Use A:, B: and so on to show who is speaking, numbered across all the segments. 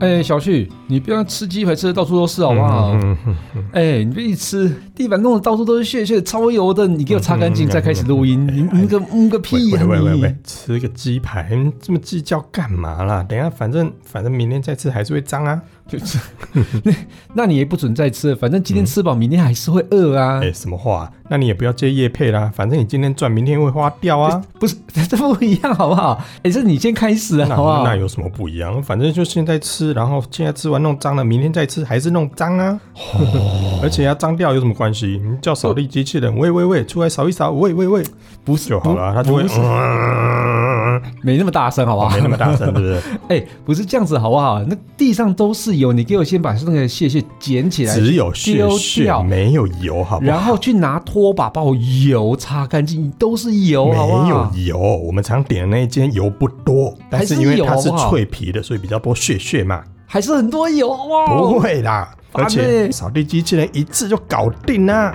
A: 哎、小旭，你不要吃鸡排吃的到处都是好不好？
B: 嗯嗯
A: 哎、你这一吃，地板弄得到处都是屑屑，超油的。你给我擦干净，
B: 嗯嗯嗯哎
A: 再开始录音。你你个嗯个屁呀、
B: 喂喂喂喂
A: 你
B: 喂！，吃个鸡排嗯这么计较干嘛啦？等一下，反正反正明天再吃还是会脏啊。
A: 就是，那那你也不准再吃了，反正今天吃饱，明天还是会饿啊
B: 嗯哎、。什么话、那你也不要接叶配啦，反正你今天赚，明天会花掉啊。
A: 不是， 这不一样好不好？哎、这你先开始啊，
B: 那
A: 好不好？
B: 那有什么不一样？反正就现在吃，然后现在吃完弄脏了，明天再吃还是弄脏啊。而且要脏掉有什么关系？你叫扫地机器人，喂喂喂，出来扫一扫，喂喂喂，
A: 不是
B: 就好了啊，
A: 不
B: 它就会
A: 不是
B: 嗯，
A: 没那么大声，好不好？
B: 没那么大声，对不对？
A: 哎、不是这样子，好不好？那地上都是油，你给我先把那个屑屑捡起来，
B: 只有血
A: 丢
B: 血
A: 掉，
B: 没有油，好不好？
A: 然后去拿拖把把我油擦干净，都是油，哦好不
B: 没有
A: 好？
B: 油，我们常点的那一间油不多，但是
A: 还是
B: 因为
A: 有
B: 它是
A: 好不好
B: 脆皮的，所以比较多血血嘛。
A: 还是很多油，好不哦好？
B: 不会啦，
A: 烦
B: 而且
A: 欸
B: 扫地机器人一次就搞定啦。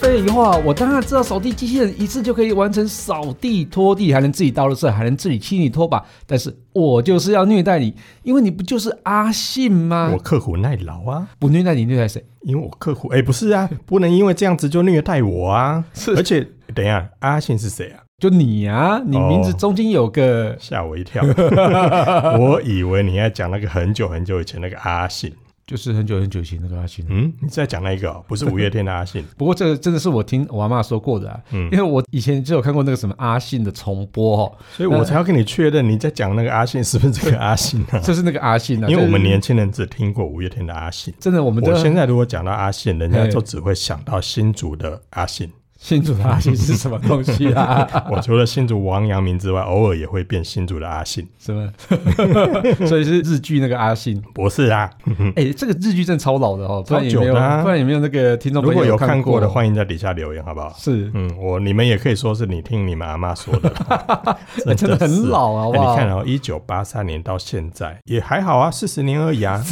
A: 废话，我当然知道扫地机器人一次就可以完成扫地、拖地，还能自己倒垃圾，还能自己清理拖把。但是我就是要虐待你，因为你不就是阿信吗
B: 我？刻苦耐劳啊，
A: 不虐待你，虐待谁？
B: 因为我刻苦。哎、不是 啊，不能因为这样子就虐待我啊。
A: 是
B: 而且等一下，阿信是谁啊？
A: 就你啊！你名字中间有个、
B: 吓我一跳， 我以为你要讲那个很久很久以前那个阿信。
A: 就是很久很久以前那个阿信。
B: 嗯，你在讲那个哦、不是五月天的 阿信
A: 不过这个真的是我听我阿妈说过的、啊，
B: 嗯
A: 因为我以前就有看过那个什么阿信的重播哦，
B: 所以我才要跟你确认你在讲那个阿信是不是这个阿信 啊？
A: 就是那个阿信啊，
B: 因为我们
A: 就是
B: 年轻人只听过五月天的阿信。
A: 真的我们都
B: 我现在如果讲到阿信，人家
A: 嘿
B: 就只会想到新竹的阿信。
A: 新竹的阿信是什么东西啊？
B: 我除了新竹王阳明之外，偶尔也会变新竹的阿信。
A: 什 么？所以是日剧那个阿信，
B: 不是啊啦，
A: 哎、这个日剧真的超老的哦，不然也
B: 嗯超
A: 没
B: 久
A: 有，
B: 的啊
A: 不然也没有那个听众
B: 如
A: 朋
B: 果
A: 友
B: 有
A: 看
B: 看过的，
A: 话，
B: 欢迎在底下留言，好不好？
A: 是、
B: 嗯，我你们也可以说是你听你们阿 妈说的啦，
A: 真的很老啊，好不
B: 哎
A: 好？
B: 你看哦，一九八三年到现在也还好啊，四十年而已啊，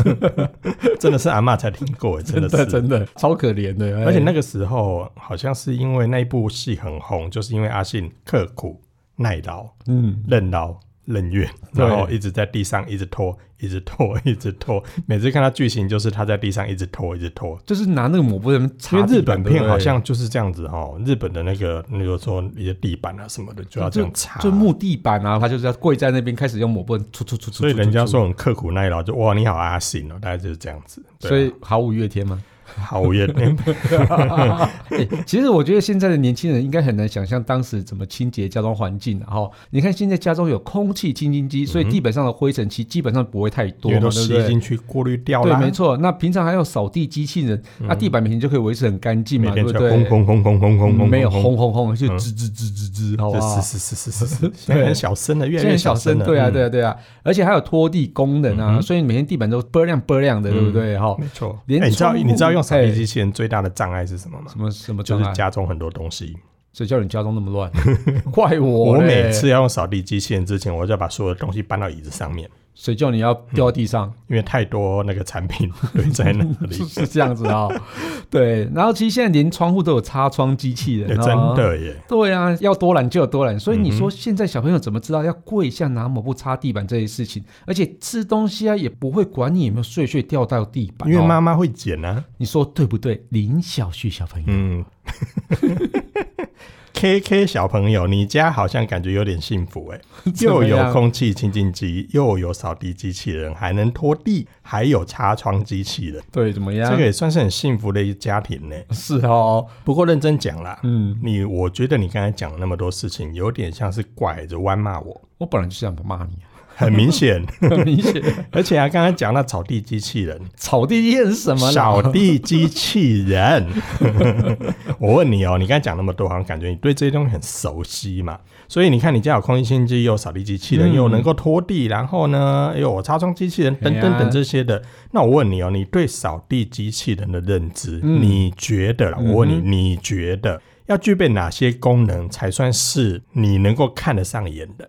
B: 真的是阿嬷才听过，真
A: 真
B: 的
A: 的
B: 是。
A: 真的超可怜的，哎
B: 而且那个时候好像是因为那一部戏很红，就是因为阿信刻苦耐劳、
A: 嗯，
B: 任劳任怨，
A: 对
B: 然后一直在地上一直拖、一直拖、一直拖。每次看到剧情就是他在地上一直拖、一直拖。
A: 就是拿那个抹布在那边
B: 因
A: 擦
B: 为
A: 地
B: 日
A: 板对
B: 本
A: 不对
B: 片好像就是这样子哦，日本的那个，那个说一些地板啊什么的，就要这样擦。
A: 就木地板啊，他就是要跪在那边开始用抹布搓搓搓搓，
B: 所以
A: 搓
B: 人家，
A: 搓
B: 说很刻苦耐劳，就哇，你好阿信哦，大概就是这样子。
A: 搓
B: 对啊
A: 所以毫无乐天吗？
B: 好 也
A: 欸其实我觉得现在的年轻人应该很难想象当时怎么清洁家中环境、啊，然后你看现在家中有空气清新机，所以地板上的灰尘其实基本上不会太多
B: 因为
A: 嘛，
B: 嗯都
A: 对不
B: 吸
A: 对？
B: 进去过滤掉
A: 对，
B: 啦
A: 没。错。那平常还有扫地机器人，那、地板每天就可以维持很干净
B: 嗯每
A: 嘛，对
B: 天
A: 不
B: 就要轰
A: 对？嗯
B: 轰轰轰轰轰轰，
A: 没有
B: 轰，
A: 轰轰轰，就
B: 嗯
A: 吱吱吱吱吱，好不好？
B: 是是是是是是，啊现在很小声了，
A: 现
B: 越来
A: 在
B: 越
A: 很小声
B: 声，了。
A: 对啊，
B: 嗯
A: 对，啊，对啊，而且还有拖地功能啊，所以每天地板都波亮波亮的，对不对？哈、
B: 没错。
A: 连
B: 哎你知道
A: 窗户
B: 你知道用扫
A: 哎
B: 地机器人最大的障碍是什么吗
A: 什？么什么
B: 就
A: 障碍
B: 是家中很多东西。
A: 谁叫你家中那么乱？ 怪我
B: 我
A: 嘞
B: 每次要用扫地机器人之前，我就要把所有的东西搬到椅子上面，
A: 谁叫你要掉地上？
B: 因为太多那个产品 堆在那 里
A: 是。是这样子啊、对。然后其实现在连窗户都有擦窗机器
B: 对，
A: 人、啊
B: 真。的嗯耶。
A: 对啊，要多懒就有多懒，所以你说现在小朋友怎么知道要跪下拿抹布擦地板这些事情？而且吃东西啊也不会管你有没有碎屑掉到地板、
B: 因为
A: 哦
B: 妈妈会剪啊，
A: 你说对不对，林小旭小朋友？
B: 嗯，K K 小朋友，你家好像感觉有点幸福哎、
A: 怎
B: 又
A: 么样
B: 有空气清净机，又有扫地机器人，还能拖地，还有擦窗机器人，
A: 对，怎么样？
B: 这个也算是很幸福的一家庭呢、
A: 是哦，
B: 不过认真讲啦，
A: 嗯，
B: 你我觉得你刚才讲了那么多事情，有点像是拐着弯骂我。
A: 我本来就想骂你啊、
B: 很 明显。
A: 很明显。
B: 而且啊，刚刚讲那草地机器人，
A: 草地验是什么呢？
B: 扫地机器人。 我问你哦，你刚才讲那么多，好像感觉你对这些东西很熟悉嘛？所以你看，你家有空气清新机，又有扫地机器人，
A: 嗯
B: 又能够拖地，然后呢，又有擦窗机器人，等等
A: 哎呀
B: 等这些的。那我问你哦，你对扫地机器人的认知，
A: 嗯
B: 你觉得啦？我问你，你觉得要具备哪些功能才算是你能够看得上眼的？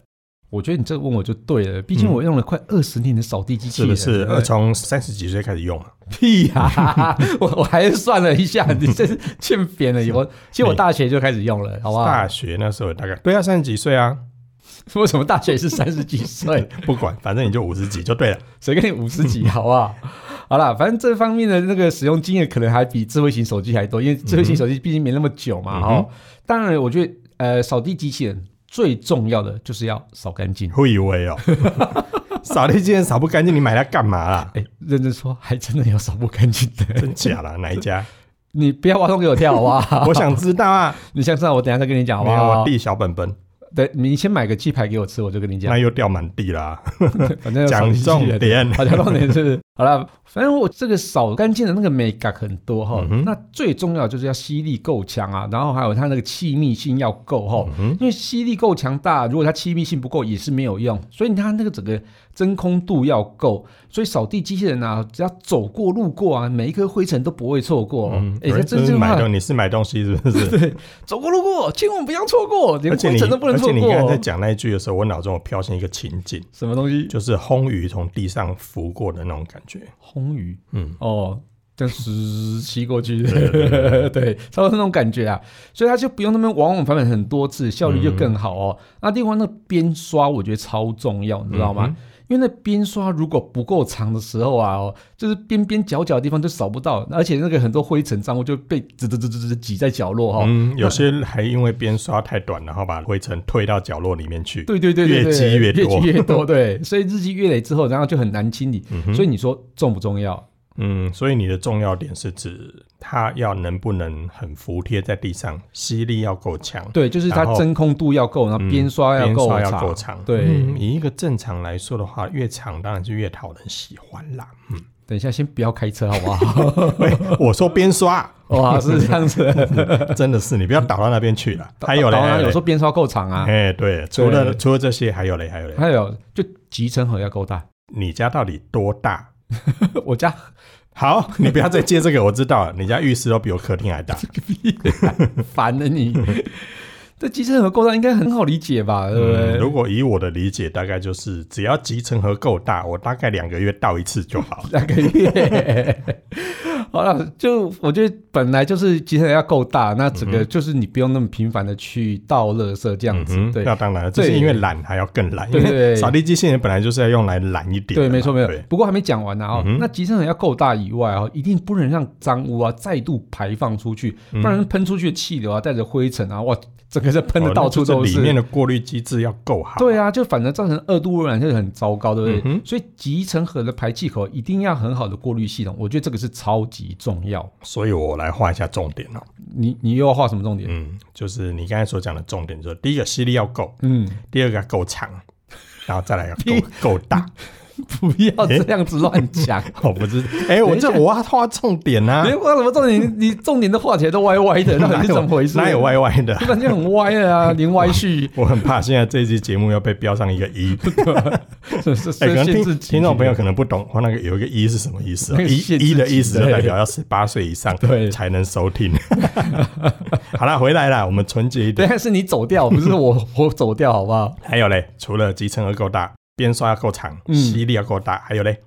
A: 我觉得你这问我就对了，毕竟我用了快二十年的扫地机器
B: 嗯是不
A: 人，
B: 是？
A: 对
B: 呃，从三十几岁开始用啊？
A: 屁呀、 我我还是算了一下，你这是欠扁了。我其实我大学就开始用了，好不好？
B: 大学那时候大概对啊，三十几岁啊，
A: 为什么大学是三十几岁？
B: 哎 不管，反正你就五十几就对了。
A: 谁跟你五十几，好不好？ 好啦，反正这方面的那个使用经验可能还比智慧型手机还多，因为智慧型手机毕竟没那么久嘛。
B: 嗯哼
A: 哦，当然，我觉得呃，扫地机器人最重要的就是要扫干净。
B: 会以为哦， 扫地机器人扫不干净，你买它干 嘛啦？
A: 哎，认真说，还真的有扫不干净的。
B: 真假啦？哪一家？
A: 你不要挖洞给我跳，好不好？
B: 我想知道啊。
A: 你想知道，我等一下再跟你讲，好不啊
B: 没有啊
A: 好
B: 我？地小本本，
A: 对，你先买个鸡排给我吃，我就跟你讲
B: 那。又掉满地啦。
A: 反正要扫
B: 讲
A: 地机器
B: 重
A: 人哦
B: 点，
A: 好像重点是好了，反正我这个扫干净的那个美感很多哈、
B: 嗯哼
A: 那最重要就是要吸力够强啊，然后还有它那个气密性要够哈、
B: 嗯
A: 因为吸力够强大，如果它气密性不够也是没有用，所以它那个整个真空度要够，所以扫地机器人啊，只要走过路过啊，每一颗灰尘都不会错过、哦。哎、
B: 嗯有
A: 这
B: 人
A: 真
B: 是
A: 正
B: 买
A: 话，
B: 东，你是买东西是不是？
A: 走过路过，千万不要错过， 连
B: 而且
A: 灰
B: 你，
A: 尘都不能
B: 而
A: 错
B: 且你
A: 过
B: 刚才在
A: 哦。
B: 讲那一句的时候，我脑中有飘现一个情景，
A: 什么东西？
B: 就是烘鱼从地上拂过的那种感觉。
A: 烘鱼。
B: 嗯，
A: 哦，这样直吸过去， 对，差不多那种感觉啊，所以他就不用那边往往返返很多次，效率就更好哦。那另外那边刷，我觉得超重要，你知道吗？
B: 嗯
A: 因为那边刷如果不够长的时候啊，哦，就是边边角角的地方就扫不到，而且那个很多灰尘脏物就被滋滋滋滋滋挤在角落哈、哦。
B: 嗯，有些还因为边刷太短，然后把灰尘推到角落里面去。
A: 对对对对
B: 越
A: 对，
B: 积越多
A: 积越多，对，所以日积月累之后，然后就很难清理。
B: 嗯哼
A: 所以你说重不重要？
B: 嗯，所以你的重要点是指它要能不能很服帖在地上，吸力要够强，
A: 对，就是它
B: 然后
A: 真空度要够，然后
B: 嗯
A: 边刷要
B: 边
A: 够
B: 刷要
A: 长，
B: 够长。
A: 对
B: 嗯以一个正常来说的话，越长当然就越讨人喜欢啦。
A: 等一下，先不要开车好不好？
B: 喂，我说边刷，嗯
A: 哇，是这样子。
B: 真的是你不要倒到那边 去了。还有嘞，
A: 当
B: 还
A: 然
B: 嘞
A: 有时候边刷够长啊，
B: 哎，对，除了除了这些，还有嘞，还有嘞，
A: 还有就集成盒要够大。
B: 你家到底多大？
A: 我家
B: 好，你不要再接这个，我知道了，你家浴室都比我客厅还大。
A: 烦了 你，这集成盒够大应该很好理解吧？对不
B: 嗯，
A: 对？。
B: 如果以我的理解，大概就是只要集成盒够大，我大概两个月倒一次就好
A: 两个月， 好了，就我觉得本来就是集成盒要够大，那整个就是你不用那么频繁的去倒垃圾这样子，
B: 嗯嗯哼
A: 对。
B: 那当然了，这是
A: 对
B: 因为懒还要更懒，
A: 对
B: 因为
A: 对
B: 扫地机器人本来就是要用来懒一点的
A: 对，
B: 嘛。
A: 没错，没错
B: 对。
A: 不过还没讲完呢哦。
B: 嗯哼
A: 那集成盒要够大以外哦，一定不能让脏污啊再度排放出去，
B: 嗯
A: 不然喷出去的气流啊，带着灰尘啊，哇，整个这喷的
B: 哦
A: 到处
B: 那
A: 都
B: 就是
A: 是。
B: 里面的过滤机制要够好。
A: 对啊，就反而造成二度污染，就是很糟糕，对不对？
B: 嗯哼
A: 所以集成盒的排气口一定要很好的过滤系统，我觉得这个是超级重要。
B: 所以我来画一下重点哦。
A: 你你又要画什么重点？
B: 嗯，就是你刚才所讲的重点，就是第一个吸力要够，
A: 嗯，
B: 第二个要够长，然后再来要 够够大。
A: 不要这样子乱讲。
B: 我不是，哎，我这
A: 等
B: 我要画重点啊
A: 你，画什么重点？你重点都画起来都歪歪的，到底
B: 哪
A: 是
B: 有
A: 怎么回事？
B: 哪有？歪歪的？
A: 你感觉很歪了啊，连歪序。
B: 我很怕现在这一期节目要被标上一个一。
A: 是是
B: 哎、
A: 是
B: 可
A: 限
B: 能
A: 制
B: 听
A: 级
B: 听众朋友可能不懂，我那个有一个一是什么意思、啊？
A: 那个
B: 一
A: 限制
B: 一的
A: 级
B: 意思就
A: 对
B: 代表要十八岁以上
A: 对
B: 才能收听。 好啦，回来啦，我们纯洁 一
A: 对，
B: 点。
A: 但是你走掉，不是我 我走掉，好不好？
B: 还有嘞，除了集成额够大，边刷要够长，
A: 嗯
B: 吸力要够大，还有嘞，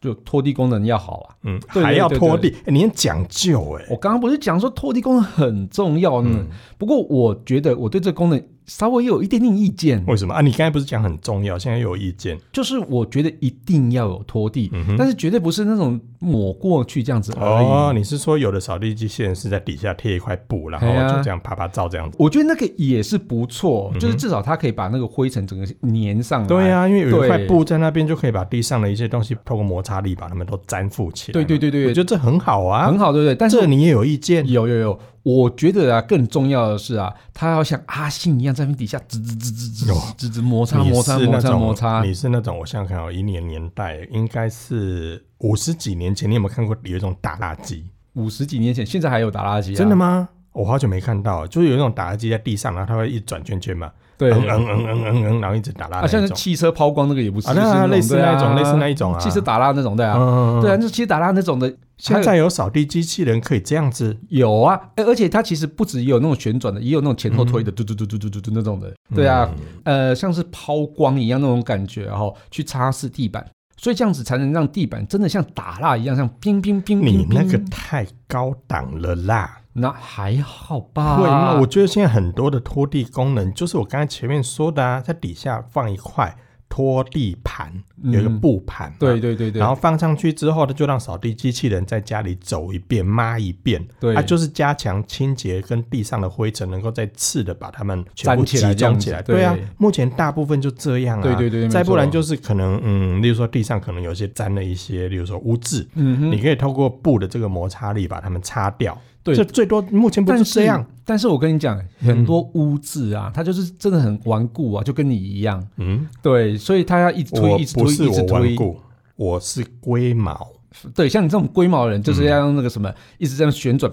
A: 就拖地功能要好啊。
B: 嗯，
A: 对对
B: 还要拖地。哎你很讲究哎、
A: 我刚刚不是讲说拖地功能很重要呢？不过我觉得我对这功能稍微有一点点意见，
B: 为什么啊？你刚才不是讲很重要，现在又有意见？
A: 就是我觉得一定要有拖地，
B: 嗯哼
A: 但是绝对不是那种抹过去这样子而已。
B: 哦，你是说有的扫地机器人是在底下贴一块布，然后
A: 哎呀
B: 就这样啪啪照这样子？
A: 我觉得那个也是不错，
B: 哼
A: 就是至少它可以把那个灰尘整个粘上来。
B: 对呀、啊因为有一块
A: 嗯对
B: 布在那边，就可以把地上的一些东西透过摩擦力把它们都粘附起来。
A: 对对对对
B: 我觉得这很好啊，
A: 很好，对不对？但是
B: 这你也有意见？
A: 有有有，我觉得啊，更重要的是啊，他要像阿信一样在那底下吱吱吱吱
B: 有
A: 吱吱吱摩擦
B: 你
A: 摩擦
B: 是
A: 摩
B: 那
A: 擦
B: 种
A: 摩擦。
B: 你是那种，我想想看哦，以你的年代，应该是五十几年前，你有没有看过有一种打蜡机？
A: 五十几年前，现在还有打垃圾啊？
B: 真的？吗？我好久没看到，就是有一种打蜡机在地上，然后它会一转圈圈嘛，
A: 对，
B: 嗯嗯嗯嗯嗯嗯，然后一直打蜡
A: 啊，
B: 那
A: 像
B: 一
A: 是
B: 种。
A: 汽车抛光那个也不是，
B: 啊
A: 就是
B: 那
A: 那
B: 类似
A: 对
B: 那一种
A: 啊
B: 类似那一种啊
A: 汽车打蜡那种，对啊，
B: 嗯，嗯嗯
A: 对啊，那汽车打蜡那种的，
B: 现
A: 还
B: 在有扫地机器人可以这样子，
A: 有有啊，哎而且它其实不止有那种旋转的，也有那种前后推的，嘟嘟嘟嘟嘟嘟嘟那种的，对啊，呃，像是抛光一样那种感觉，然后去擦拭地板。所以这样子才能让地板真的像打蜡一样，像冰冰冰
B: 你
A: 冰冰。
B: 那个太高档了啦。
A: 那还好吧？
B: 会吗？我觉得现在很多的拖地功能，就是我刚才前面说的啊，在底下放一块拖地盘，有一个
A: 嗯
B: 布盘嘛，
A: 对对对对，
B: 然后放上去之后呢，就让扫地机器人在家里走一遍、抹一遍，
A: 对
B: 它、就是加强清洁跟地上的灰尘，能够再次的把它们全
A: 粘
B: 部集
A: 起来这样
B: 中
A: 子
B: 起来。
A: 对
B: 对啊，目前大部分就这样啊。
A: 对对对没错
B: 再不然就是可能，嗯，例如说地上可能有些沾了一些，例如说污渍，
A: 嗯哼，
B: 你可以透过布的这个摩擦力把它们擦掉。
A: 对
B: 这最多目前不
A: 但
B: 是
A: 是
B: 这样。。
A: 但是我跟你讲，很多污渍啊，它就是真的很顽固啊，就跟你一样。
B: 嗯，
A: 对，所以它要一直推，
B: 我
A: 一直
B: 不
A: 推，
B: 是
A: 一直
B: 我顽
A: 推。
B: 固，我是龟毛。
A: 对，像你这种龟毛的人，就是要用那个什么，一直这样旋转，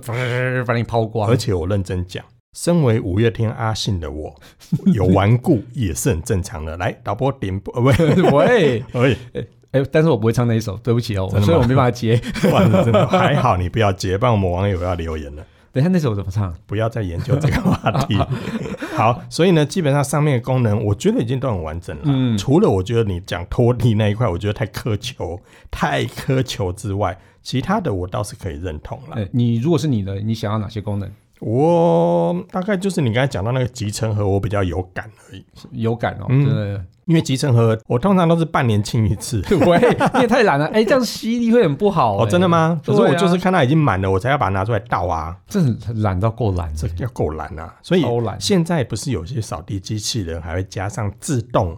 A: 把你抛光
B: 而。且我认真讲，身为五月天阿信的我，有顽固也是很正常的。来，导播点播，呃喂
A: 喂，
B: 喂，
A: 哎，但是我不会唱那一首，对不起哦，
B: 真的吗
A: 所以我没办法 接。
B: 不然真的还好，你不要结伴，不然我们网友要留言了。
A: 等一下那首怎么唱？
B: 不要再研究这个话题。 好，所以呢，基本上上面的功能，我觉得已经都很完整了。
A: 嗯
B: 除了我觉得你讲拖地那一块，我觉得太苛求、太苛求之外，其他的我倒是可以认同了。
A: 哎，你如果是你的，你想要哪些功能？
B: 我大概就是你刚才讲到那个集成盒，我比较有感而已。
A: 有感哦，
B: 嗯
A: 真的。
B: 因为集成盒，我通常都是半年清一次。
A: 喂，你也太懒了，哎，这样吸力会很不好。
B: 哦，
A: 哎
B: 真的？吗？可
A: 对啊
B: 是我就是看它已经满了，我才要把它拿出来倒啊，
A: 这很懒到够懒的
B: 这。要够懒啊！所以
A: 超懒
B: 现在不是有些扫地机器人还会加上自动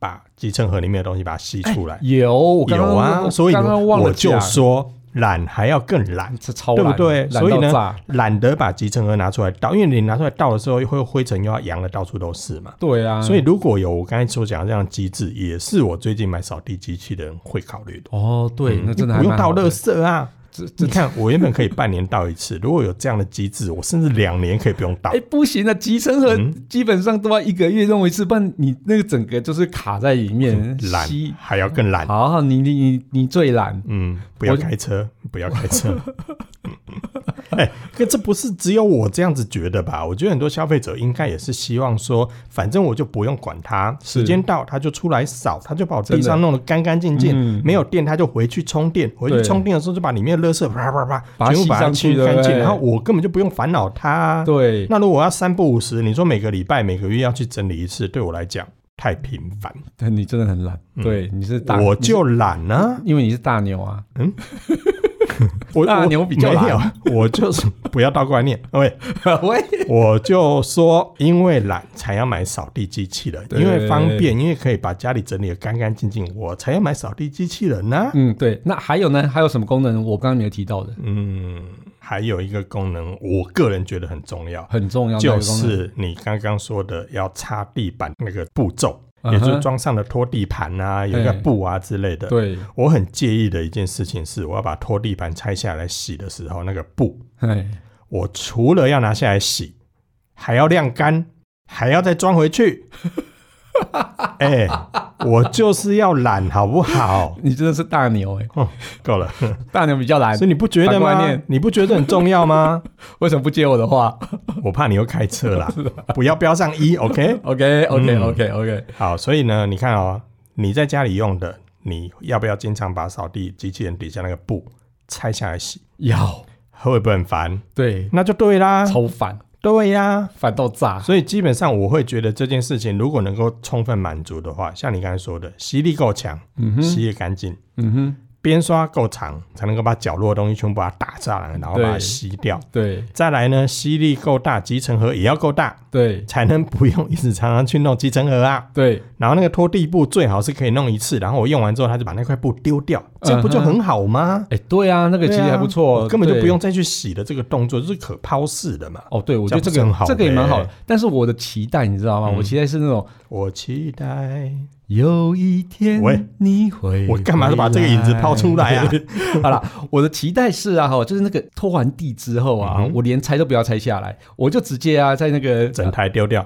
B: 把集成盒里面的东西把它吸出来？
A: 有，哎我刚刚
B: 有啊，
A: 我
B: 所以
A: 刚刚忘
B: 我
A: 了
B: 就
A: 讲
B: 说懒还要更懒，
A: 这超
B: 对不
A: 懒
B: 对
A: 懒
B: 所以
A: 到
B: 呢
A: 炸。
B: 懒得把集成盒拿出来倒，因为你拿出来倒的时候，会有灰尘又要扬的到处都是嘛。
A: 对啊，
B: 所以如果有我刚才所讲的这样的机制，也是我最近买扫地机器人会考虑的。
A: 哦，对，那真的
B: 嗯
A: 还
B: 你不用
A: 蛮
B: 倒
A: 好的
B: 垃圾啊。
A: 这这
B: 你看，我原本可以半年倒一次，如果有这样的机制，我甚至两年可以不用倒
A: 哎。不行啊，集成盒
B: 嗯
A: 基本上都要一个月弄一次，不然你那个整个就是卡在里面。
B: 懒
A: 吸
B: 还要更懒，
A: 好好，你你你你最懒，
B: 嗯，不要
A: 我
B: 开车，不要开车。 哎、可这不是只有我这样子觉得吧？我觉得很多消费者应该也是希望说，反正我就不用管它，
A: 是
B: 时间到他就出来扫，他就把我地
A: 真的
B: 上弄得干干净净，
A: 嗯
B: 没有电他就回去充电，回去
A: 对
B: 充电的时候就把里面的垃圾啪啪啪
A: 把它
B: 全部
A: 吸
B: 把它
A: 上去
B: 清
A: 对不
B: 干净，
A: 对
B: 然后我根本就不用烦恼它啊。
A: 对，
B: 那如果要三不五十，你说每个礼拜、每个月要去整理一次，对我来讲太频繁，
A: 但你真的很懒，
B: 嗯
A: 对，你是大，
B: 我
A: 你是
B: 就懒啊。
A: 因为你是大牛啊，
B: 我
A: 大
B: 我
A: 牛比较
B: 没
A: 懒
B: 有， 我就是不要倒过来念。喂，
A: 喂，
B: 我就说，因为懒才要买扫地机器人，
A: 对
B: 因为方便，因为可以把家里整理的干干净净，我才要买扫地机器人呢、
A: 嗯，对，那还有呢？还有什么功能？我刚刚没有提到的，
B: 嗯，还有一个功能，我个人觉得很重要，
A: 很重要的一个
B: 就
A: 功能，
B: 是你刚刚说的要擦地板那个步骤，
A: 嗯
B: 也
A: 哼
B: 就是装上的拖地盘啊，有一个
A: 哎
B: 布啊之类的。
A: 对，
B: 我很介意的一件事情是，我要把拖地板拆下来洗的时候，那个布，
A: 哎，
B: 我除了要拿下来洗，还要晾干，还要再装回去。哎、我就是要懒，好不好？
A: 你真的是大牛哎、
B: 哦，够了。
A: 大牛比较懒
B: 所，以你不觉得
A: 反过来
B: 吗
A: 念？
B: 你不觉得很重要吗？
A: 为什么不接我的话
B: 我怕你又开车 啦，不要标上一，OK？
A: ？OK OK
B: 嗯
A: OK OK，
B: 好，所以呢，你看哦，你在家里用的，你要不要经常把扫地机器人底下那个布拆下来洗？
A: 要
B: 会不会很烦？
A: 对，
B: 那就对啦，
A: 超烦，
B: 对呀、
A: 烦到炸。
B: 啊所以基本上我会觉得这件事情如果能够充分满足的话，像你刚才说的，吸力够强，
A: 嗯哼，
B: 吸也干净，
A: 嗯哼，
B: 边刷够长，才能够把角落的东西全部把它打下来，然后把它
A: 对
B: 吸掉。
A: 对
B: 再来呢，吸力够大，集成盒也要够大，
A: 对
B: 才能不用一直常常去弄集成盒啊。
A: 对，
B: 然后那个拖地布最好是可以弄一次，然后我用完之后，他就把那块布丢掉，这不就很好吗？
A: 哎，对啊，嗯那个其实
B: 对啊
A: 还不错，
B: 我根本就
A: 对
B: 不用。再去洗的这个动作，就是可抛式的嘛。
A: 哦，对，我觉得这
B: 这
A: 个
B: 样不是很好
A: 这个也蛮好的
B: 呗，
A: 但是我的期待你知道吗？
B: 嗯
A: 我期待是那种
B: 我期待，
A: 有一天
B: 喂
A: 你会，
B: 我干嘛把这个影子抛出 来啊？
A: 好啦，我的期待是啊，哈，就是那个拖完地之后啊，
B: 嗯哼
A: 我连拆都不要拆下来，我就直接啊，在那个
B: 整台丢掉，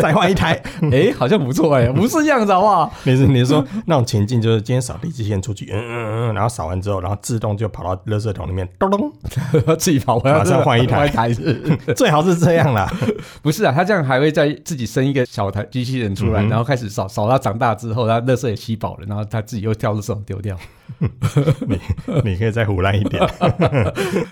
B: 再换一台。
A: 哎，好像不错 哎、不是这样子好不好？
B: 没事，你是说那种情境就是今天扫地机器人出去，嗯嗯嗯，然后扫完之后，然后自动就跑到垃圾桶里面，咚咚，
A: 自己跑，我要
B: 马上换一台
A: 换一台是
B: 最好是这样啦。
A: 不是啊？他这样还会再自己生一个小台机器人出来，
B: 嗯哼
A: 然后开始扫扫到长大之后，他垃圾也吸饱了，然后他自己又跳垃圾桶丢掉。
B: 你你可以再胡乱一点，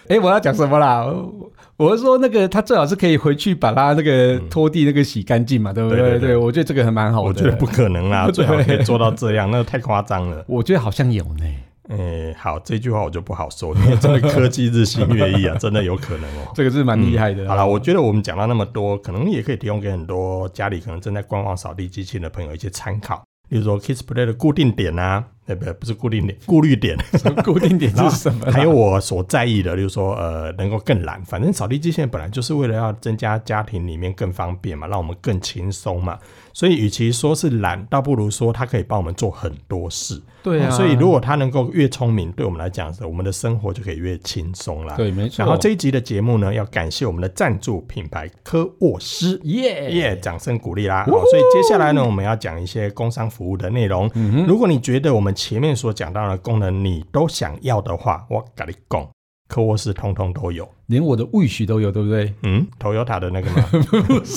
A: 哎，我要讲什么啦？我我是说那个他最好是可以回去把他那个拖地那个洗干净嘛，对不对？
B: 嗯对对对
A: 我觉得这个还蛮好的。
B: 我觉得不，可能啦，最好可以做到这样，那个太夸张了。
A: 我觉得好像有呢。
B: 诶、好，这句话我就不好说，因为真的科技日新月异啊，真的有可能哦。
A: 这个是蛮厉害的啊、
B: 好了，我觉得我们讲到那么多，可能也可以提供给很多家里可能正在观望扫地机器人的朋友一些参考，例如说 Kissplay 的固定点啊，呃，不，不是固定点，顾 虑点，
A: 固定点是什 么啦？
B: 还有我所在意的，例如说呃，能够更懒，反正扫地机器人本来就是为了要增加家庭里面更方便嘛，让我们更轻松嘛，所以与其说是懒，倒不如说它可以帮我们做很多事。哦
A: 对啊，
B: 所以如果它能够越聪明，对我们来讲，我们的生活就可以越轻松啦。
A: 对，没错。
B: 然后这一集的节目呢，要感谢我们的赞助品牌科沃斯。
A: 耶
B: 耶掌声鼓励啦！好，所以接下来呢，我们要讲一些工商服务的内容。
A: 嗯
B: 如果你觉得我们前面所讲到的功能你都想要的话，我跟你讲，科沃斯通通都有。
A: 连我的 wish 都有，对不对？
B: 嗯，Toyota 的那个 吗？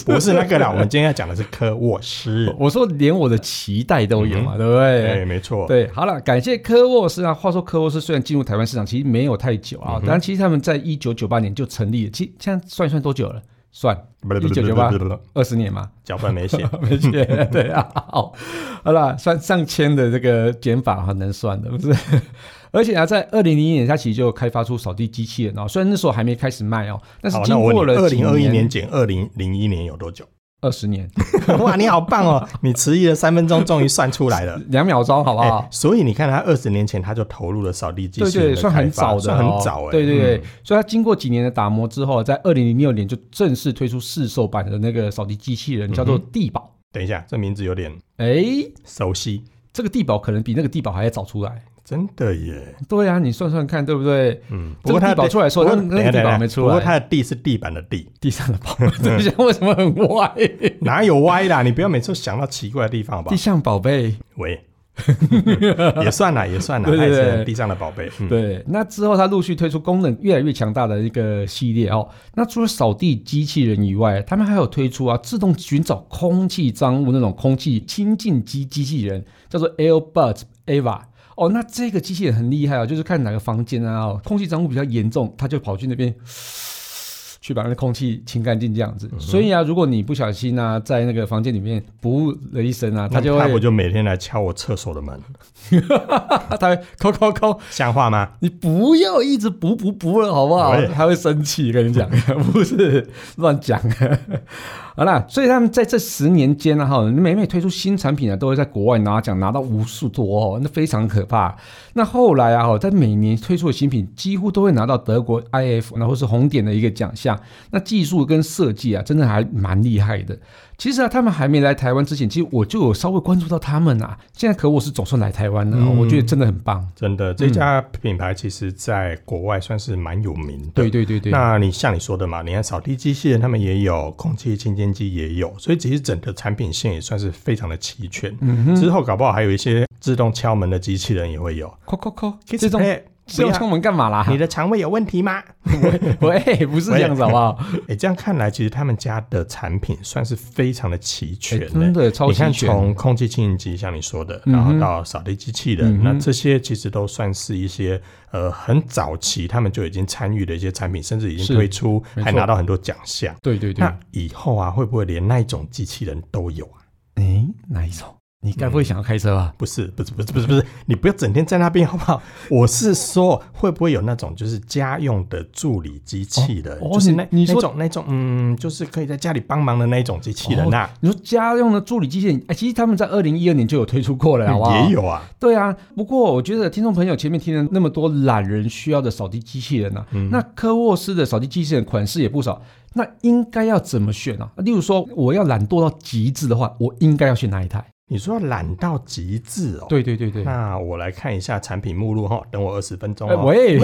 B: 不是那个啦，我们今天要讲的是科沃斯。
A: 我说连我的期待都有嘛，对不
B: 哎，
A: 对？
B: 没错。
A: 对，好了，感谢科沃斯啊。话说科沃斯虽然进入台湾市场其实没有太久
B: 嗯
A: 啊，但其实他们在一九九八年就成立了，其实现在算一算多久了？算
B: 不是，
A: 一
B: 不是
A: 九
B: 不
A: 九
B: 是
A: 八
B: 不是不是
A: 二十年嘛，
B: 脚 本没写。
A: 没写对啊，好，好啦， 算上千的这个减法很能算的，不是？ 而且啊，在二零零一年，它其实就开发出扫地机器人哦，虽然那时候还没开始卖哦，但是
B: 好，
A: 经
B: 那我
A: 过
B: 问你，
A: 了
B: 二
A: 几
B: 零二一年减二零零一年有多久？
A: 二十年
B: 哇，你好棒哦！你迟疑了三分钟，终于算出来了。
A: 两秒钟，好不好？
B: 哎所以你看，他二十年前他就投入了扫地 机
A: 对
B: 器人
A: 哦对，
B: 的
A: 算很
B: 开发
A: 早的、哦，
B: 算很早哎、
A: 对对对，
B: 嗯
A: 所以它经过几年的打磨之后，在二零零六年就正式推出市售版的那个扫地机器人，叫做地宝。
B: 等一下，这名字有点
A: 哎、
B: 熟悉，
A: 这个地宝可能比那个地宝还要早出来。
B: 真的耶。
A: 对啊，你算算看，对不对？
B: 嗯，
A: 这个
B: 他
A: 地保出来的时候
B: 不过
A: 那个那个地
B: 等一下
A: 保
B: 等一下
A: 没出来
B: 不过他的地是地板的 地，
A: 地上的宝，这下为什么很歪？
B: 哪有歪啦？你不要每次都想到奇怪的地方好不 好
A: 地？上宝贝。
B: 喂， 也算啦，也算啦，
A: 对对
B: 他也
A: 对
B: 是地上的宝贝。嗯，
A: 对，那之后它陆续推出功能越来越强大的一个系列哦。那除了扫地机器人以外，他们还有推出啊自动寻找空气脏物那种空气清净机机器人，叫做 Airbuds Ava。哦，那这个机器人很厉害啊，就是看哪个房间啊，哦空气脏污比较严重，它就跑去那边 去把那空气清干净这样
B: 嗯
A: 子。所以啊，如果你不小心啊，在那个房间里面不误了一声啊，它
B: 那
A: 就
B: 嗯他不
A: 会
B: 就每天来敲我厕所的门，
A: 它会抠抠抠，
B: 像话吗？
A: 你不要一直补补补了，好不好
B: 喂？
A: 他会生气，跟你讲， 不是乱讲。 好啦，所以他们在这十年间呢，啊哈，每每推出新产品啊，都会在国外拿奖，拿到无数多哦，那非常可怕。那后来啊，哈，在每年推出的新品，几乎都会拿到德国 IF，然后是红点的一个奖项。那技术跟设计啊，真的还蛮厉害的。其实啊，他们还没来台湾之前，其实我就有稍微关注到他们啊。现在可我是总算来台湾了，我觉得真的很棒。
B: 真的，
A: 嗯
B: 这家品牌其实在国外算是蛮有名的。
A: 对对对对，
B: 那你像你说的嘛，你看扫地机器人他们也有，空气清洁机也有，所以其实整个产品线也算是非常的齐全。
A: 嗯哼。
B: 之后搞不好还有一些自动敲门的机器人也会有。
A: 扣扣扣，
B: Kiss
A: 这种
B: Play，
A: 这种
B: 不
A: 敲门干嘛啦
B: 要，？你的肠胃有问题吗？
A: 喂，不是这样子好不好？
B: 哎、这样看来，其实他们家的产品算是非常的齐全、
A: 哎
B: 欸
A: 真的超
B: 你
A: 齐
B: 看，
A: 全。嗯
B: 从空气清净机像你说的，然后到扫地机器人，
A: 嗯哼
B: 那这些其实都算是一些呃很早期他们就已经参与的一些产品，甚至已
A: 是
B: 经推出，
A: 没错
B: 还拿到很多奖项。
A: 对对对，
B: 那以后啊，会不会连那一种机器人都有啊？
A: 诶，哪一种？你该不会想要开车吧？
B: 不是，不是，不是，不是，不是，你不要整天在那边好 不好？我是说，会不会有那种就是家用的助理机器人，
A: 哦哦
B: 就是那
A: 你你
B: 那
A: 说
B: 种那种，嗯，就是可以在家里帮忙的那种机器人啊呐、
A: 你说家用的助理机器人，哎，其实他们在二零一二年嗯就有推出过了，好不好？
B: 也有啊，
A: 对哦啊，不过我觉得听众朋友前面听了那么多懒人需要的扫地机器人啊，那科沃斯的扫地机器人款式也不少，那应该要怎么选啊？例如说，我要懒惰到极致的话，我应该要选哪一台？
B: 你说懒到极致哦。
A: 对对对对，
B: 那我来看一下产品目录哈，等我二十分钟
A: 哎
B: 哦。
A: 喂，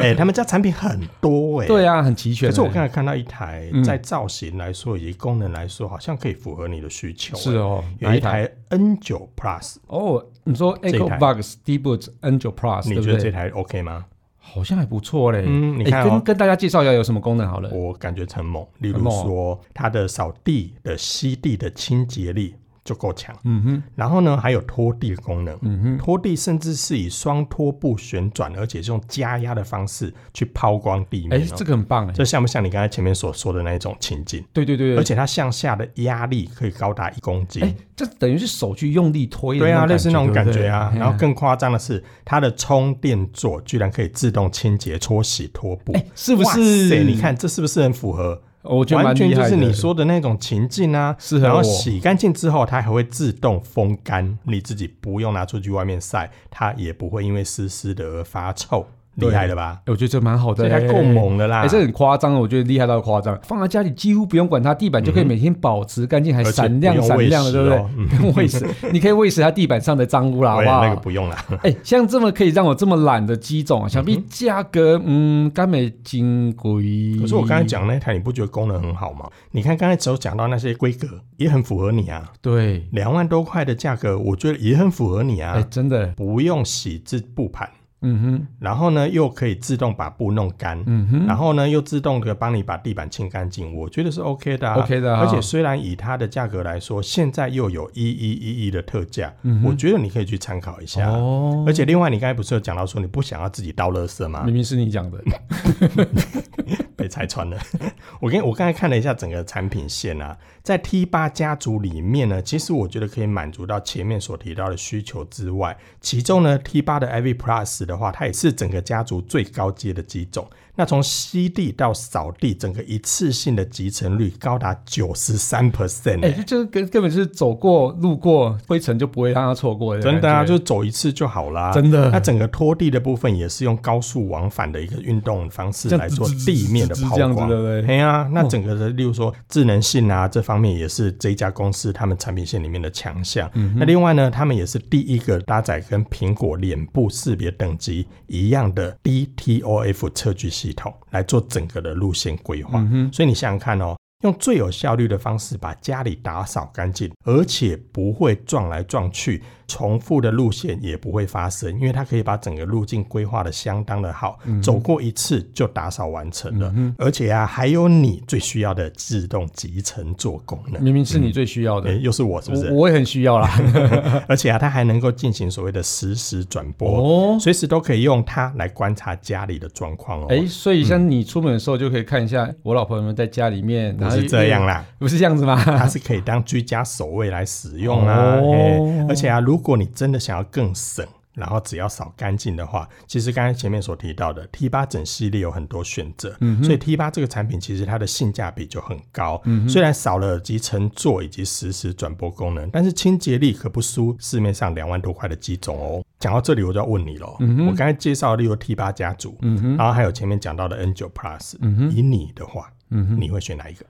B: 哎、他们家产品很多哎、
A: 对啊，很齐全欸。
B: 可是我刚才看到一台
A: 嗯，
B: 在造型来说以及功能来说，好像可以符合你的需求。哎
A: 是，哦，
B: 啊有
A: 哪
B: 一
A: 一台？
B: 台 N 9 Plus，
A: 哦，你说
B: 一台
A: Echo Box d e b o t N9 Plus，
B: 你
A: 对
B: 觉得
A: 不对？
B: 这台 OK 吗？
A: 好像还不错嘞。
B: 嗯你
A: 哎
B: 看哦哦
A: 跟跟大家介绍一下有什么功能好了。
B: 我感觉很猛。例
A: 很
B: 如
A: 猛哦
B: 说，它的扫地的吸地的清洁力就够强，
A: 嗯哼，
B: 然后呢，还有拖地的功能。
A: 嗯哼，
B: 拖地甚至是以双拖布旋转，而且是用加压的方式去抛光地
A: 哎
B: 面、哦。
A: 这个很棒哎。
B: 这像不像你刚才前面所说的那一种情境？
A: 对对对，
B: 而
A: 对
B: 且它向下的压力可以高达一公斤。
A: 哎，这等于是手去用力推的
B: 对啊，
A: 感觉
B: 类似那种感觉啊
A: 对。不哎对
B: 然后更夸张的是，它的充电座居然可以自动清洁、搓洗、拖布，
A: 哎是不
B: 哇塞
A: 是？
B: 你，看这是不是很符合？
A: 我觉得
B: 完
A: 蛮
B: 全
A: 厉
B: 就
A: 害
B: 是
A: 的。
B: 你说的那种情境啊。
A: 适合
B: 然后
A: 我
B: 洗干净之后，它还会自动风干，你自己不用拿出去外面晒，它也不会因为湿湿的而发臭，厉
A: 对
B: 害了吧？
A: 哎我觉得这蛮好的
B: 所以
A: 欸，
B: 它够猛了啊啦
A: 哎，，这很夸张，我觉得厉害到夸张。放在家里几乎不用管它，地板就可以每天保持干净，还
B: 嗯而且
A: 闪
B: 不
A: 亮
B: 用
A: 闪
B: 喂
A: 亮的，
B: 食
A: 对不对
B: 哦嗯？
A: 不用喂食，你可以喂食它地板上的脏 污啦，好
B: 喂
A: 不好？
B: 那个不用啦。
A: 哎、像这么可以让我这么懒的机种啊，
B: 嗯
A: 想必价格嗯，甘美金贵。
B: 可是我刚才，讲那台，你不觉得功能很好吗？你看刚才只有讲到那些规格，也很符合你啊。
A: 对，
B: 两万多块的价格，我觉得也很符合你啊。
A: 哎、真的，
B: 不用洗自布盘，
A: 嗯哼，
B: 然后呢又可以自动把布弄干，
A: 嗯哼，
B: 然后呢又自动的帮你把地板清干净，我觉得是 OK 的、啊、
A: OK 的啊
B: 而且虽然以它的价格来说，现在又有一一一一的特价，我觉得你可以去参考一下。
A: 嗯哦，
B: 而且另外，你刚才不是有讲到说你不想要自己倒垃圾吗
A: 明？明是你 讲的，
B: 被拆穿了。我跟我刚才看了一下整个产品线啊，在 T 八家族里面呢，其实我觉得可以满足到前面所提到的需求之外，其中呢 T 八的 IV Plus 的话，它也是整个家族最高阶的机种。那从吸地到扫地，整个一次性的集成率高达九十三 percent，
A: 哎、这这根根本是走过路过灰尘就不会让它错过的感
B: 真
A: 觉，
B: 的啊，就走一次就好啦。
A: 真的
B: 那整个拖地的部分也是用高速往返的一个运动方式
A: 这样
B: 来做
A: 滋滋滋
B: 地面的
A: 滋滋
B: 抛
A: 这样子
B: 光，
A: 对不对
B: 嘿啊，那整个的，例如说智能性啊这方面也是这一家公司他们产品线里面的强项。那另外呢，他们也是第一个搭载跟苹果脸部识别等级一样的 DTOF 测距系统来做整个的路线规划。所以你想想看哦。用最有效率的方式把家里打扫干净，而且不会撞来撞去，重复的路线也不会发生，因为它可以把整个路径规划的相当的好，
A: 嗯
B: 走过一次就打扫完成了。而且啊，还有你最需要的自动集成做功能。
A: 明明是你最需要的，
B: 诶又是我，哎是不
A: 嗯我
B: 是？
A: 我也很需 要啦。
B: 而且啊，它还能够进行所谓的实时转播，
A: 哦，
B: 随时都可以用它来观察家里的状况哦。
A: 哎、所以像你出门的时候就可以看一下我老婆有没有在家里面，
B: 不
A: 然后
B: 是这样啊
A: 啦，
B: 啦，
A: 不是这样子吗？
B: 它是可以当居家守卫来使用啊。
A: 哦
B: 嘿而且啊，如果你真的想要更省，然后只要扫干净的话，其实刚才前面所提到的 T 八整系列有很多选择，所以 T 八这个产品其实它的性价比就很高。虽然少了集成座以及实时转播功能，但是清洁力可不输市面上两万多块的机种哦。讲到这里，我就要问你喽。我刚才介绍例如 T 八家族，然后还有前面讲到的 N 九 Plus，、以你的话，你会选哪一个？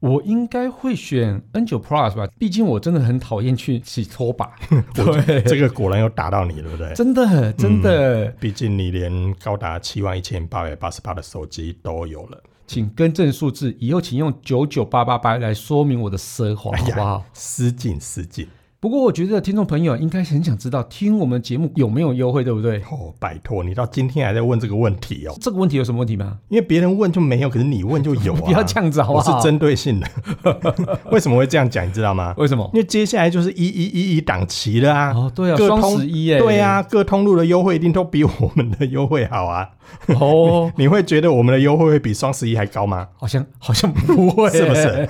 A: 我应该会选 N 9 Plus 吧，毕竟我真的很讨厌去洗拖 把。对，
B: 这个果然有打到你，对不对？
A: 真的真的，
B: 毕竟你连高达七万一千八百八十八的手机都有了，
A: 请更正数字，以后请用九九八八八来说明我的奢华，
B: 哎
A: 好
B: 呀
A: 不好？
B: 失敬失敬
A: 不过我觉得听众朋友应该很想知道，听我们节目有没有优惠，对不对？
B: 哦！拜托，你到今天还在问这个问题哦，
A: 这个问题有什么问题吗？
B: 因为别人问就没有，可是你问就有啊！
A: 不要这样子好不好
B: 我是针对性的。 为什么会这样讲？你知道吗？
A: 为什么？
B: 因为接下来就是一一一一档期了啊！
A: 哦，对啊，
B: 各
A: 双
B: 通
A: 十一耶，
B: 对，啊，各通路的优惠一定都比我们的优惠好啊！
A: 哦，
B: 你会觉得我们的优惠会比双十一还高吗？
A: 好像好像不会，
B: 是不是？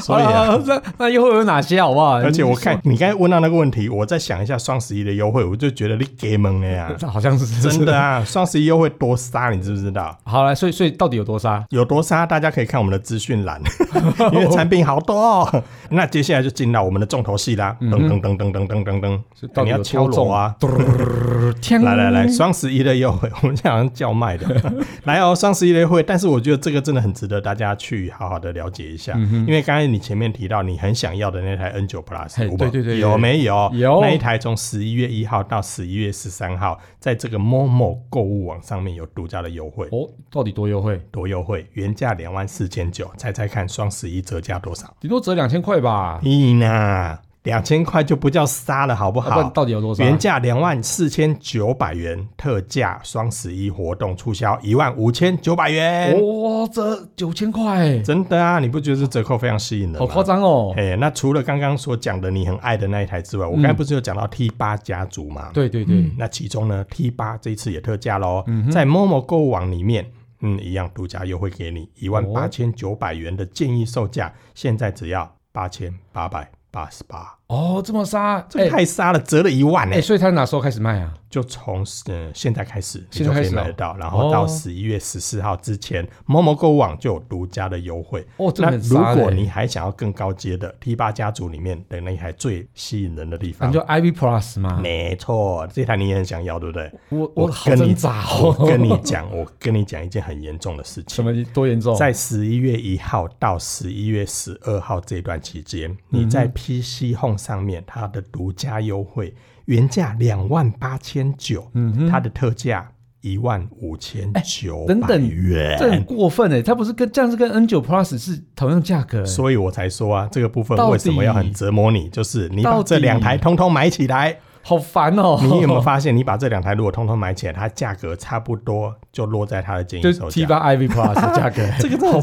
B: 所以啊，
A: 啊，那那优惠有哪些好不好？
B: 而且我看
A: 你
B: 你刚才问到那个问题，我再想一下双十一的优惠，我就觉得你给蒙 了呀，
A: 好像是
B: 真的。啊！双十一优惠多杀，你知不知道？
A: 好来，所以所以到底有多杀？
B: 有多杀，大家可以看我们的资 讯栏， 因为产品好多、哦。 那接下来就进到我们的重头戏啦，噔噔噔噔噔噔噔噔，
A: 嗯是到
B: 你
A: 底有
B: 要敲
A: 多
B: 锣
A: 重
B: 啊！
A: 天
B: 来来来，双十一的优惠， 我们这好像叫卖的。 来哦，双十一的优惠，但是我觉得这个真的很值得大家去好好的了解一下，
A: 嗯
B: 因为刚才你前面提到你很想要的那台 N 九 Plus，
A: 嘿
B: 有没有
A: 对对对
B: 有没有？
A: 有
B: 那一台从十一月一号到十一月十三号，在这个 Momo 购物网上面有独家的优惠，
A: 哦，到底多优惠？
B: 多优惠，原价两万四千九，猜猜看双十一折价多少？
A: 顶多折两千块吧？
B: 咦呐，两千块就不叫杀了，好不
A: 啊不
B: 好
A: 然？到底有多少？
B: 原价两万四千九百元，特价双十一活动促销一万五千九百元。
A: 哦，折九千块，
B: 真的啊，你不觉得这折扣非常吸引人吗？
A: 好夸张哦！嗯
B: 哎、那除了刚刚所讲的你很爱的那一台之外，我刚才不是有讲到 T 八家族吗？
A: 对嗯对对，
B: 那其中呢，T 八这一次也特价喽，
A: 嗯
B: 在 Momo 购物网里面，嗯，一样独家优惠给
A: 哦
B: 你一万八千九百元的建议售价，现在只要八千八百八十八，
A: 哦，这么杀，
B: 这个
A: 哎
B: 太杀了，折了一万呢、
A: 哎，所以他哪时候开始卖啊？
B: 就从呃现在开始，你
A: 现
B: 就
A: 在
B: 可
A: 开
B: 以
A: 始
B: 买
A: 哦
B: 得到，然后到
A: 哦
B: 十一月十四号之前，某某购物网就有独家的优惠。
A: 哦，这个
B: 那
A: 很
B: 如
A: 杀
B: 果
A: 嘞
B: 你还想要更高阶的 T 八家族里面的那一台最吸引人的地
A: 那
B: 方
A: 就，IV Plus 嘛，
B: 没错，这台你也很想要，对不对？
A: 我
B: 嗯我
A: 我好
B: 跟你
A: 挣扎
B: 我
A: 哦，
B: 跟你讲，我跟你讲一件很严重的事
A: 什
B: 情。
A: 么多严重？
B: 在十一月一号到十一月十二号这段期间，你
A: 嗯
B: 在 PC Home 上面它的独家优惠，原价两万八千九，
A: 嗯
B: 它的特价一万五千九
A: 哎等
B: 百
A: 等这很
B: 元。
A: 过分哎，它不是跟这样是跟 N 九 Plus 是同样价格欸，
B: 所以我才说啊，这个部分
A: 到底
B: 为什么要很折磨你？就是你把
A: 到底
B: 这两台通通买 起来，
A: 好烦哦。
B: 你有没有发现，你把这两台如果通通买起来，它价格差不多就落在它的 建
A: 就
B: 议
A: 是
B: 售
A: T
B: 价。
A: 八 IV Plus 的价格欸，
B: 这个真的很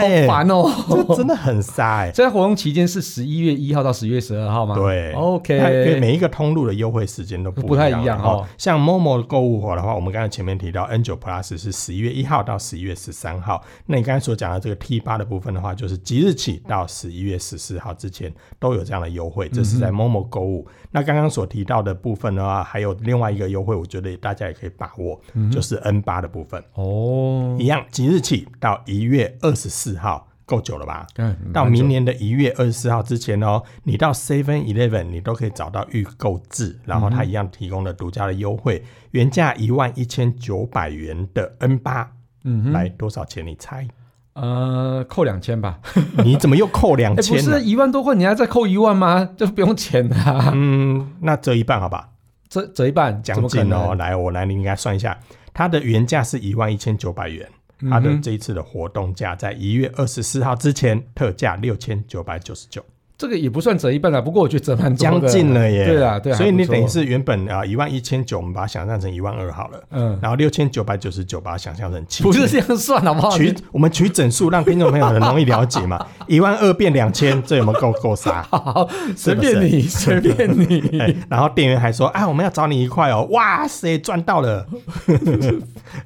A: 好
B: 耶、
A: 烦 哦。
B: 这真的很杀哎、
A: 这在活动期间是十一月一号到十月十二号吗？
B: 对哎它因为
A: 啊，OK，
B: 每一个通路的优惠时间都不
A: 不太
B: 一
A: 一样
B: 然后
A: 哦
B: 像 Momo 购物活的话，我们刚才前面提到 N 九 Plus 是十一月一号到十一月十三号。那你刚才所讲的这个 T 八的部分的话，就是即日起到十一月十四号之前都有这样的优惠，这是
A: 嗯
B: 在 Momo 购物。那刚刚所提到的部分的话，还有另外一个优惠，我觉得大家也可以把握，
A: 嗯
B: 就是 N 八的部分，
A: 哦，
B: 一样即日起到一月二十四号，够久了吧？
A: 看
B: 到明年的一月二十四号之前哦，你到 Seven Eleven 你都可以找到预购制，然后
A: 嗯
B: 它一样提供了独家的优惠，原价一万一千九百元的 N 八，嗯，来多少钱？你猜？
A: 呃，扣两千 吧。
B: 你怎么又扣两
A: 哎，不
B: 千呢
A: 是？一万多块，你还再扣一万吗？ 这不用钱的 啊，
B: 嗯，那折一半好吧，
A: 折折一半，怎
B: 将
A: 么可
B: 近哦。
A: 能？
B: 来，我来，你应该算一下，它的原价是一万一千九百元。
A: 嗯
B: 它的这一次的活动价在一月二十四号之前特价六千九百九十九，
A: 这个也不算折一半啦，不过我觉得折蛮多
B: 将
A: 的
B: 近了耶。
A: 对啊，对啊，
B: 所以
A: 还不
B: 你
A: 错
B: 等于是原本啊一万一千九，我们把它想象成一万二好了，
A: 嗯，
B: 然后六千九百九十九把它想象成七，
A: 不是这哦样算好不好？
B: 取我们取整数，让听众朋友很容易了解嘛。一万二变两千，这有没有够够杀？
A: 好，随
B: 不是
A: 便 你，随便 你。
B: 哎，然后店员还说：“啊，我们要找你一块哦！”哇塞，赚 到了！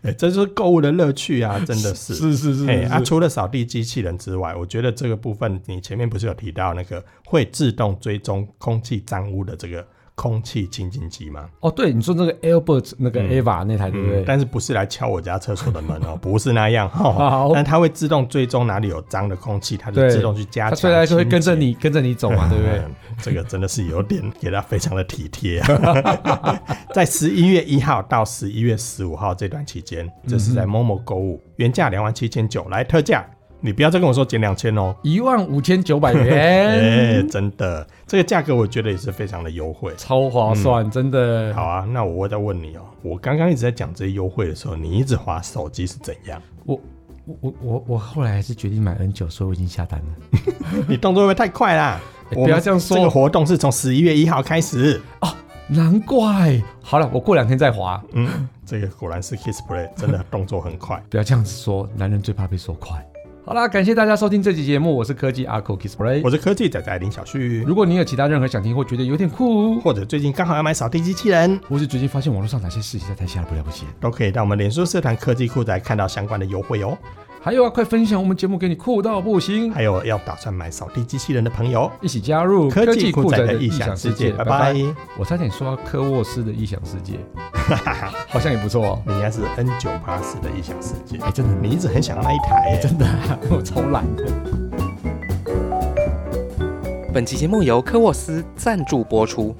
B: 哎，这就是购物的乐趣啊，真的是。
A: 是是是
B: 哎、
A: 是
B: 啊，除了扫地机器人之外，我觉得这个部分你前面不是有提到那个会自动追踪空气脏污的这个空气清净机吗？
A: 哦，对，你说那个 Albert 那个 Ava 那台对不
B: 嗯，
A: 对？
B: 但是不是来敲我家厕所的门 哦，不是那样哈、
A: 好
B: 但它会自动追踪哪里有脏的空气，它就
A: 对
B: 自动去加强。
A: 它虽然就会跟着，你跟着你走 嘛，对不 对？
B: 嗯？这个真的是有点给它非常的体贴、 啊。在十一月一号到十一月十五号这段期间，这是
A: 嗯
B: 在 Momo 购物，原价两万七千九，来特价，你不要再跟我说减两千哦。
A: 一万五千九百
B: 哎、
A: 元，
B: 真的，这个价格我觉得也是非常的优惠。
A: 超划算，真的。
B: 嗯好啊，那我再问你哦，我刚刚一直在讲这些优惠的时候，你一直划手机是怎样？
A: 我我我我我后来还是决定买 N 九，所以我已经下单了。
B: 你动作会不会太快
A: 哎
B: 啦？我们
A: 不要这样说
B: 这个活动是从十一月一号开始。
A: 哦难怪，好了，我过两天再滑。
B: 嗯，这个果然是 Kiss Play，真的动作很快。
A: 不要这样子说，男人最怕被说快。好啦，感谢大家收听这期节目，我是科技阿 Q Kiss Play
B: 我。是科技仔仔林小旭，
A: 如果你有其他任何想听或觉得有点酷，
B: 或者最近刚好要买扫地机器人，
A: 或是最近发现网络上哪些事情在太瞎了不了不起，
B: 都可以到我们脸书社团科技酷仔看到相关的优惠哦。
A: 还有啊，快分享我们节目给你酷到不行，
B: 还有要打算买扫地机器人的朋友，
A: 一起加入
B: 科技酷
A: 酷
B: 宅
A: 宅
B: 的异
A: 异
B: 想
A: 想
B: 世界，
A: 界。
B: 拜拜。。你
A: 我差点说到科沃斯的异想世界， 好像也不错哦。
B: 应该是 N 九八四的异想世界，哎、真的，你一直很想要那一台、哎真的。
A: 我超懒的。
C: 本期节目由科沃斯赞助播出。